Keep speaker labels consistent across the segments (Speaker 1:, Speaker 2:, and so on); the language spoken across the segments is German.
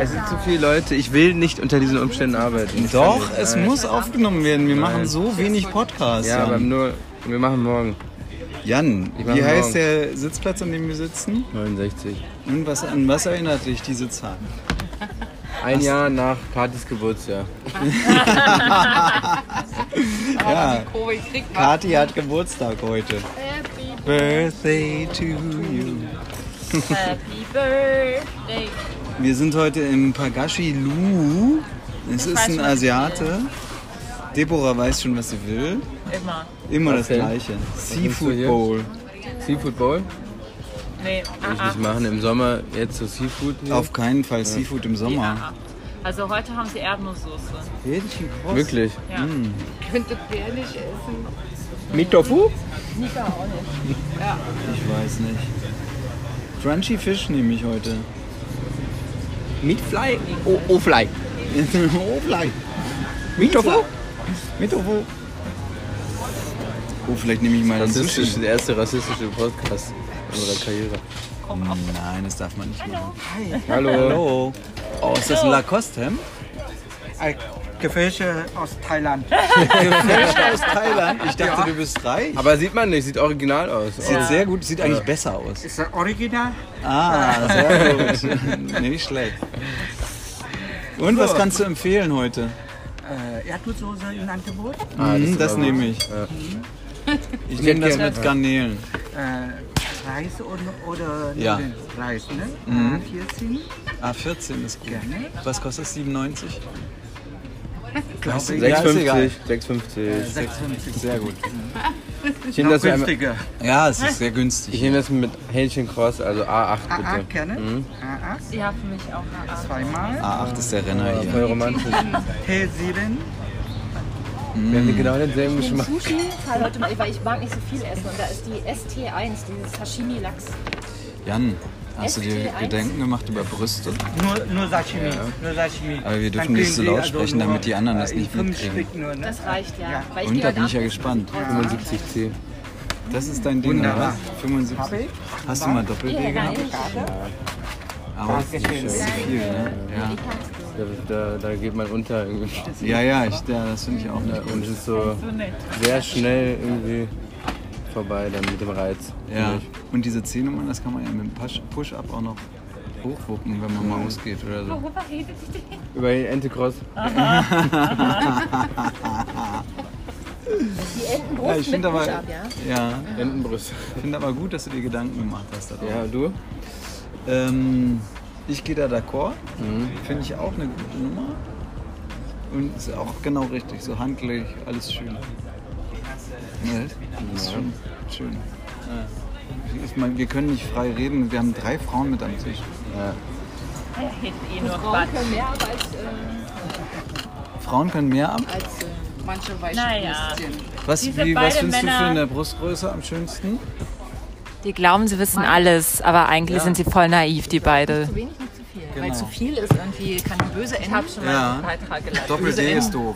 Speaker 1: Es sind zu viele Leute. Ich will nicht unter diesen Umständen arbeiten. Ich
Speaker 2: Doch,
Speaker 1: kann nicht.
Speaker 2: es
Speaker 1: Nein.
Speaker 2: muss aufgenommen werden. Wir machen so wenig Podcasts.
Speaker 1: Ja, aber
Speaker 2: Jan.
Speaker 1: nur. Wir machen morgen
Speaker 2: Jan,
Speaker 1: mach
Speaker 2: wie heißt
Speaker 1: morgen.
Speaker 2: der Sitzplatz, an dem wir sitzen?
Speaker 1: 69.
Speaker 2: Und was, an was erinnert dich diese Zahl?
Speaker 1: Ein Jahr nach Katis Geburtstag.
Speaker 2: Ja,
Speaker 3: Covid kriegt man.
Speaker 2: Kathi hat Geburtstag heute. Birthday to you.
Speaker 3: Happy Birthday.
Speaker 2: Wir sind heute im Pagashi Lu. Es ist
Speaker 3: weiß
Speaker 2: ein
Speaker 3: schon, was ich
Speaker 2: Asiate. Deborah weiß schon, was sie will.
Speaker 3: Immer.
Speaker 2: Immer
Speaker 1: Was
Speaker 2: das
Speaker 1: denn?
Speaker 2: Gleiche.
Speaker 1: willst du
Speaker 2: Seafood
Speaker 1: hier?
Speaker 2: Bowl.
Speaker 1: Seafood Bowl?
Speaker 3: Nee,
Speaker 1: Würde
Speaker 3: ah,
Speaker 1: ich nicht machen. Im Sommer jetzt so Seafood. hier.
Speaker 2: Auf keinen Fall Seafood im
Speaker 3: ah,
Speaker 2: Sommer.
Speaker 3: ah. Also heute haben sie Erdnusssoße.
Speaker 1: Wirklich.
Speaker 3: Ja.
Speaker 2: Hm.
Speaker 4: Könntet ihr nicht essen?
Speaker 1: Mit Tofu?
Speaker 2: Ich weiß nicht. Crunchy Fish nehme ich heute.
Speaker 1: Mit Fly? Oh, oh Fly.
Speaker 2: oh, vielleicht.
Speaker 1: Mit Tofu?
Speaker 2: Mit Ovo. Oh, vielleicht nehme ich mal den
Speaker 1: Rassistisch,
Speaker 2: Sushi.
Speaker 1: der erste rassistische Podcast unserer Karriere.
Speaker 2: Nein, das darf man nicht machen.
Speaker 1: Hallo.
Speaker 2: Hallo. Oh, ist das ein Lacoste-Hemd?
Speaker 5: Ein Gefische aus Thailand.
Speaker 2: Gefälscht aus Thailand. Ich dachte, du bist reich.
Speaker 1: Aber sieht man nicht, sieht original aus.
Speaker 2: Sieht sehr gut, sieht eigentlich besser aus.
Speaker 5: Ist das original?
Speaker 2: Ah, sehr gut. Nicht schlecht. Und was kannst du empfehlen heute?
Speaker 5: Äh, Erdnusssoße im Angebot.
Speaker 1: Ah,
Speaker 2: Hm,
Speaker 1: ist
Speaker 2: das
Speaker 1: aber gut.
Speaker 2: nehme ich.
Speaker 1: Ja.
Speaker 2: Ich nehme das
Speaker 1: gerne-
Speaker 2: mit Garnelen.
Speaker 5: Äh, Reis und, oder
Speaker 2: Ja.
Speaker 5: Nudeln. Reis, ne?
Speaker 2: Mhm.
Speaker 5: Mhm. 14,
Speaker 2: A14 Ah, ist gut.
Speaker 5: Gerne.
Speaker 2: Was kostet das? 97? Weißt du, ja, ist egal.
Speaker 1: 6,50. 6,50.
Speaker 5: 56.
Speaker 2: Sehr gut.
Speaker 1: Ich
Speaker 5: Noch
Speaker 1: nehme das, mit einem-
Speaker 5: günstiger.
Speaker 2: Ja, es ist sehr
Speaker 1: ich
Speaker 2: günstig.
Speaker 1: nehme das mit Hähnchen Cross, also A8
Speaker 5: A8
Speaker 1: bitte.
Speaker 5: Ah, gerne.
Speaker 2: Mhm.
Speaker 5: A8
Speaker 3: Ja, für mich auch. Ah, ah.
Speaker 5: zweimal.
Speaker 2: A8 ist der Renner hier.
Speaker 1: Voll romantisch.
Speaker 5: T7.
Speaker 1: Wir haben genau denselben Geschmack.
Speaker 4: Sushi, weil heute mal, weil ich mag nicht so viel essen. Und da ist die ST1, dieses Sashimi-Lachs.
Speaker 2: Jan, hast du dir
Speaker 4: ST1?
Speaker 2: Gedanken gemacht über Brüste?
Speaker 5: Nur, nur Sashimi. Nur Sashimi.
Speaker 2: Aber wir dürfen
Speaker 5: Dann
Speaker 2: nicht so
Speaker 5: kriegen
Speaker 2: laut
Speaker 5: Sie also
Speaker 2: sprechen, damit die anderen das
Speaker 5: äh, in
Speaker 2: nicht
Speaker 5: fünf
Speaker 2: mitkriegen.
Speaker 5: Stück nur, ne?
Speaker 4: Das reicht ja. Weil ich
Speaker 2: Und
Speaker 4: gehe
Speaker 2: da
Speaker 4: heute
Speaker 2: bin ich ja
Speaker 4: Abend-
Speaker 2: gespannt.
Speaker 1: 75C.
Speaker 2: Das ist dein Ding,
Speaker 5: Wunderbar.
Speaker 2: oder? 75. Hast du mal
Speaker 4: Ja,
Speaker 2: Doppelwege
Speaker 4: nein,
Speaker 2: gehabt? Aber das ist nicht so viel, ne?
Speaker 1: Da, da, da geht man unter irgendwie.
Speaker 2: Ja, ja, ja ich, ja, das finde ich auch nicht
Speaker 1: Und es
Speaker 2: gut.
Speaker 1: ist so
Speaker 3: So nett.
Speaker 1: sehr schnell irgendwie vorbei dann mit dem Reiz.
Speaker 2: Ja. Und diese C-Nummern, das kann man ja mit dem Push- Push-Up auch noch hochwuppen, wenn man mal ausgeht oder so.
Speaker 4: Worüber redet ihr denn?
Speaker 1: Über den Entecross.
Speaker 4: Die Enten
Speaker 2: Ja, ich
Speaker 4: groß mit
Speaker 2: finde aber,
Speaker 4: Push-up, ja?
Speaker 2: ja,
Speaker 1: Entenbrust.
Speaker 2: ich finde aber gut, dass du dir Gedanken gemacht hast darüber.
Speaker 1: Ja, du?
Speaker 2: Ähm, ich gehe da d'accord. Finde ich auch eine gute Nummer. Und ist auch genau richtig, so handlich, alles schön. Ne? Ist schon schön. Ja. Ich meine, wir können nicht frei reden, wir haben drei Frauen mit am Tisch.
Speaker 3: Ja, hinten eh nur
Speaker 4: Frauen
Speaker 3: Quatsch.
Speaker 4: können mehr ab als, äh,
Speaker 2: Frauen können mehr ab.
Speaker 4: als äh, manche weiche
Speaker 3: Naja.
Speaker 4: Würstchen.
Speaker 2: Was,
Speaker 3: Diese
Speaker 2: wie, was
Speaker 3: beiden
Speaker 2: findest du für
Speaker 3: Männer-
Speaker 2: eine Brustgröße am schönsten?
Speaker 6: Die glauben, sie wissen alles, aber eigentlich sind sie voll naiv, die beide.
Speaker 4: Zu wenig, nicht zu viel.
Speaker 2: Genau.
Speaker 4: Weil zu viel ist irgendwie, kann böse
Speaker 3: Ich
Speaker 4: enden.
Speaker 3: habe schon mal
Speaker 2: Ja.
Speaker 3: einen Beitrag geleitet.
Speaker 2: Doppel D ist doof.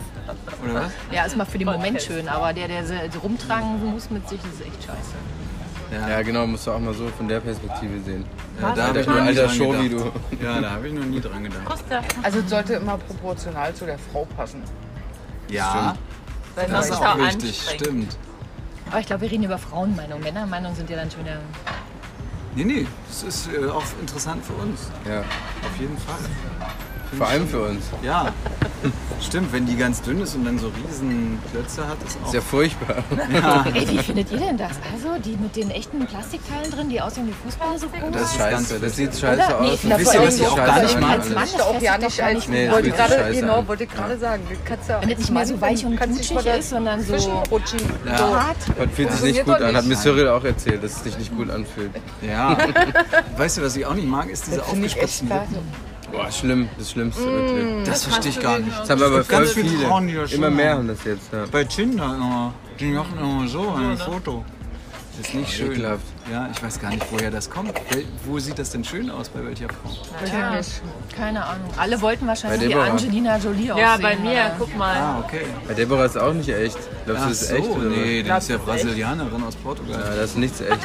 Speaker 2: Oder was?
Speaker 4: Ja, ist mal für den Moment schön, aber der, der so- so rumtragen muss mit sich, das ist echt scheiße.
Speaker 1: Ja, genau, musst du auch mal so von der Perspektive sehen.
Speaker 2: Ja, da
Speaker 1: Alter,
Speaker 2: hab ich noch nie
Speaker 1: alter
Speaker 2: dran
Speaker 1: Show, wie
Speaker 2: gedacht. Ja, da habe ich noch nie dran gedacht.
Speaker 3: Kostet
Speaker 5: Also es sollte immer proportional zu der Frau passen.
Speaker 2: Ja,
Speaker 3: Weil
Speaker 2: das
Speaker 3: sonst
Speaker 2: ist
Speaker 3: ist
Speaker 2: auch
Speaker 3: auch
Speaker 2: wichtig,
Speaker 3: anstrengend.
Speaker 2: stimmt.
Speaker 4: Aber ich glaube, wir reden über Frauenmeinung. Männermeinung sind ja dann schon wieder.
Speaker 2: Nee, nee, das ist äh, auch interessant für uns.
Speaker 1: Ja,
Speaker 2: Auf jeden Fall.
Speaker 1: vor allem für uns.
Speaker 2: Ja, stimmt, wenn die ganz dünn ist und dann so riesen Klötze hat, ist auch
Speaker 1: Ist ja furchtbar. Ah.
Speaker 4: Ey, wie findet ihr denn das? Also, die mit den echten Plastikteilen drin, die aussehen wie Fußballer so groß?
Speaker 1: Das ist
Speaker 2: ganz
Speaker 1: scheiße. Das sieht scheiße
Speaker 4: Nee,
Speaker 1: aus.
Speaker 4: na,
Speaker 1: Und
Speaker 4: vor
Speaker 1: wisst ihr,
Speaker 4: allem
Speaker 1: was ich
Speaker 2: so
Speaker 1: auch
Speaker 2: als
Speaker 1: gar nicht
Speaker 2: Mann-
Speaker 1: mag?
Speaker 2: als
Speaker 4: Mann,
Speaker 1: alles?
Speaker 4: das
Speaker 7: auch
Speaker 4: fällt
Speaker 7: ja
Speaker 4: doch
Speaker 7: nicht
Speaker 4: gar
Speaker 7: als
Speaker 4: nicht mehr.
Speaker 7: wollte
Speaker 1: das sieht
Speaker 7: gerade
Speaker 1: scheiße
Speaker 7: genau
Speaker 1: an.
Speaker 7: wollte gerade sagen, du kannst ja
Speaker 4: Wenn es
Speaker 7: als
Speaker 4: nicht mehr
Speaker 7: Mann
Speaker 4: so weich und Oh.
Speaker 7: kannst dich
Speaker 4: knutschig
Speaker 7: mal da
Speaker 4: ist, sondern so-
Speaker 7: zwischenrutschen.
Speaker 2: Ja.
Speaker 7: So hart.
Speaker 1: Und fühlt sich nicht
Speaker 7: Funktioniert
Speaker 1: gut
Speaker 7: doch
Speaker 1: an, hat mir
Speaker 7: nicht.
Speaker 1: Cyril auch erzählt, dass es sich nicht gut anfühlt.
Speaker 2: Ja. weißt du, was ich auch nicht mag, ist diese aufgespritzten Lippen.
Speaker 1: Boah, schlimm, das Schlimmste wirklich.
Speaker 2: Das verstehe ich gar nicht.
Speaker 1: Mm. Das haben aber
Speaker 2: gibt ganz
Speaker 1: voll
Speaker 2: viele
Speaker 1: viele.
Speaker 2: Frauen, die das
Speaker 1: Immer
Speaker 2: schon
Speaker 1: mehr
Speaker 2: haben.
Speaker 1: haben das jetzt. Ja.
Speaker 2: Bei Tinder immer. Die machen immer so ein Foto. Das ist nicht schön.
Speaker 1: ekelhaft.
Speaker 2: Ja, ich weiß gar nicht, woher das kommt. Wel- Wo sieht das denn schön aus? Bei welcher Frau?
Speaker 4: Keine Ahnung. Alle wollten wahrscheinlich
Speaker 1: Bei
Speaker 4: wie
Speaker 1: Deborah.
Speaker 4: Angelina Jolie aussehen.
Speaker 3: Ja, bei mir,
Speaker 4: oder?
Speaker 3: guck mal.
Speaker 2: Ah, okay.
Speaker 1: Bei Deborah ist auch nicht echt. Glaubst du,
Speaker 2: Ach
Speaker 1: das ist
Speaker 2: so,
Speaker 1: echt? Oder? was?
Speaker 2: nee, die ist ja Brasilianerin aus Portugal.
Speaker 1: Ja, das ist nichts echt.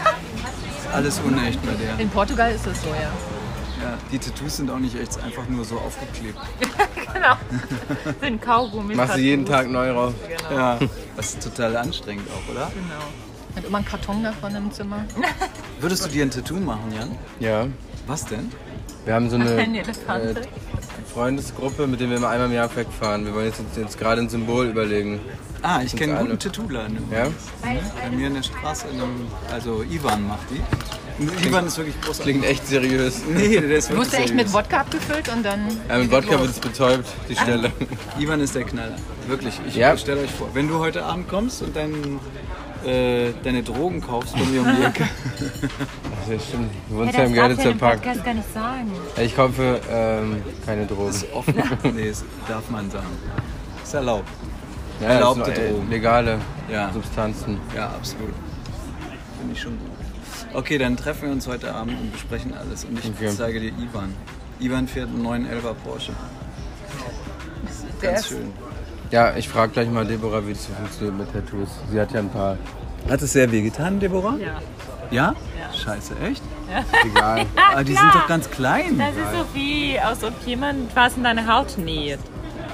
Speaker 2: Alles unecht bei der.
Speaker 4: In Portugal ist das so, ja.
Speaker 2: Ja. Ja, die Tattoos sind auch nicht echt einfach nur so aufgeklebt.
Speaker 3: Sind Kaugummi.
Speaker 1: Machst du jeden Tag neu raus.
Speaker 2: Ja, das ist total anstrengend auch, oder?
Speaker 3: Genau.
Speaker 4: Hat immer einen Karton davon im Zimmer.
Speaker 2: Würdest du dir ein Tattoo machen, Jan?
Speaker 1: Ja.
Speaker 2: Was denn?
Speaker 1: Wir haben so eine
Speaker 3: Ein Elefant.
Speaker 1: äh, Freundesgruppe, mit der wir immer einmal im Jahr wegfahren. Wir wollen jetzt, uns jetzt gerade ein Symbol überlegen.
Speaker 2: Ah, ich kenne einen
Speaker 1: alle.
Speaker 2: guten Tattoo-Laden.
Speaker 1: Ja?
Speaker 2: Bei mir in der Straße, in einem, also Ivan macht die. Ivan ist wirklich großartig.
Speaker 1: Klingt echt seriös.
Speaker 2: Nee, der ist
Speaker 4: Du
Speaker 2: wirklich
Speaker 4: wurdest echt
Speaker 2: seriös.
Speaker 4: mit Wodka abgefüllt und dann.
Speaker 1: Ja, mit Wodka wird es betäubt, die Stelle.
Speaker 2: Ivan ist der Knaller. Wirklich. Ich
Speaker 1: Ja.
Speaker 2: stell euch vor, wenn du heute Abend kommst und dein, äh, deine Drogen kaufst bei mir um die Ecke.
Speaker 1: Das ist stimmt. Du wohnst ja im Gerditzer Park.
Speaker 3: gar nicht sagen.
Speaker 1: Ich kaufe ähm, keine Drogen.
Speaker 2: Offen. Nee, das darf man sagen. Ist erlaubt.
Speaker 1: Ja, das
Speaker 2: erlaubte
Speaker 1: sind, äh,
Speaker 2: Drogen.
Speaker 1: Legale
Speaker 2: Ja.
Speaker 1: Substanzen.
Speaker 2: Ja, absolut. Finde ich schon gut. Okay, dann treffen wir uns heute Abend und besprechen alles. Und ich
Speaker 1: Okay.
Speaker 2: zeige dir Ivan. Ivan fährt einen 911er Porsche.
Speaker 5: Der
Speaker 2: Ganz
Speaker 5: ist-
Speaker 2: schön.
Speaker 1: Ja, ich frage gleich mal Deborah, wie das so funktioniert mit Tattoos. Sie hat ja ein paar.
Speaker 2: Hat es sehr weh getan, Deborah?
Speaker 3: Ja.
Speaker 2: Ja? Scheiße, echt?
Speaker 1: Egal.
Speaker 2: Aber die sind doch ganz klein.
Speaker 3: Das ist so wie, als ob jemand was in deine Haut näht.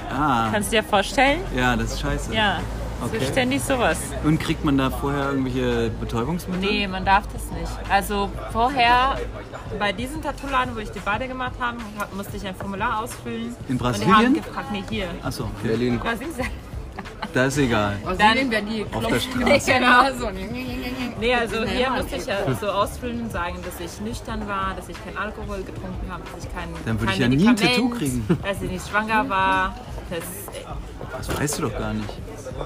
Speaker 2: Ah,
Speaker 3: Kannst du dir vorstellen?
Speaker 2: ja, das ist scheiße.
Speaker 3: Ja.
Speaker 2: Okay.
Speaker 3: So ständig sowas.
Speaker 2: Und kriegt man da vorher irgendwelche Betäubungsmittel?
Speaker 3: Nee, man darf das nicht. Also vorher, bei diesem Tattoo-Laden, wo ich die Beine gemacht habe, hab- musste ich ein Formular
Speaker 2: In
Speaker 3: ausfüllen. Und die haben
Speaker 2: Brasilien?
Speaker 3: gefragt, nee, hier.
Speaker 2: Achso, okay.
Speaker 1: Berlin.
Speaker 3: Brasilien?
Speaker 2: da ist egal.
Speaker 3: Dann,
Speaker 2: Auf der Straße.
Speaker 4: Genau so.
Speaker 3: nee, also hier musste ich ja so ausfüllen und sagen, dass ich nüchtern war, dass ich keinen Alkohol getrunken habe, dass ich keinen.
Speaker 2: Dann würde ich
Speaker 3: kein
Speaker 2: ja nie ein
Speaker 3: Medikament,
Speaker 2: Tattoo kriegen.
Speaker 3: Dass ich nicht schwanger war. Das,
Speaker 2: Das weißt du doch gar nicht.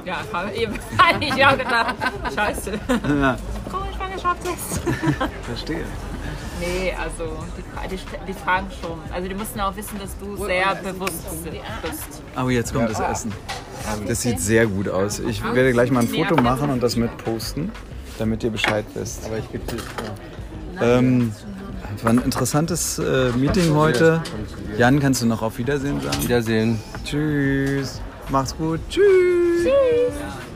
Speaker 3: ja, habe eben hab ich auch gedacht. Scheiße.
Speaker 2: Ja,
Speaker 3: Komisch, Schwangerschaftstest.
Speaker 2: verstehe.
Speaker 3: Nee, also die, die, die fragen schon. Also die mussten auch wissen, dass du sehr bewusst bist.
Speaker 2: Aber jetzt kommt das Essen. Das sieht sehr gut aus. Ich werde gleich mal ein Foto machen und das mitposten, damit ihr Bescheid wisst.
Speaker 1: Aber ich gebe dir.
Speaker 2: Ähm, war ein interessantes äh, Meeting heute. Jan, kannst du noch auf Wiedersehen sagen?
Speaker 1: Wiedersehen.
Speaker 2: Tschüss. Macht's gut. Tschüss. Tschüss.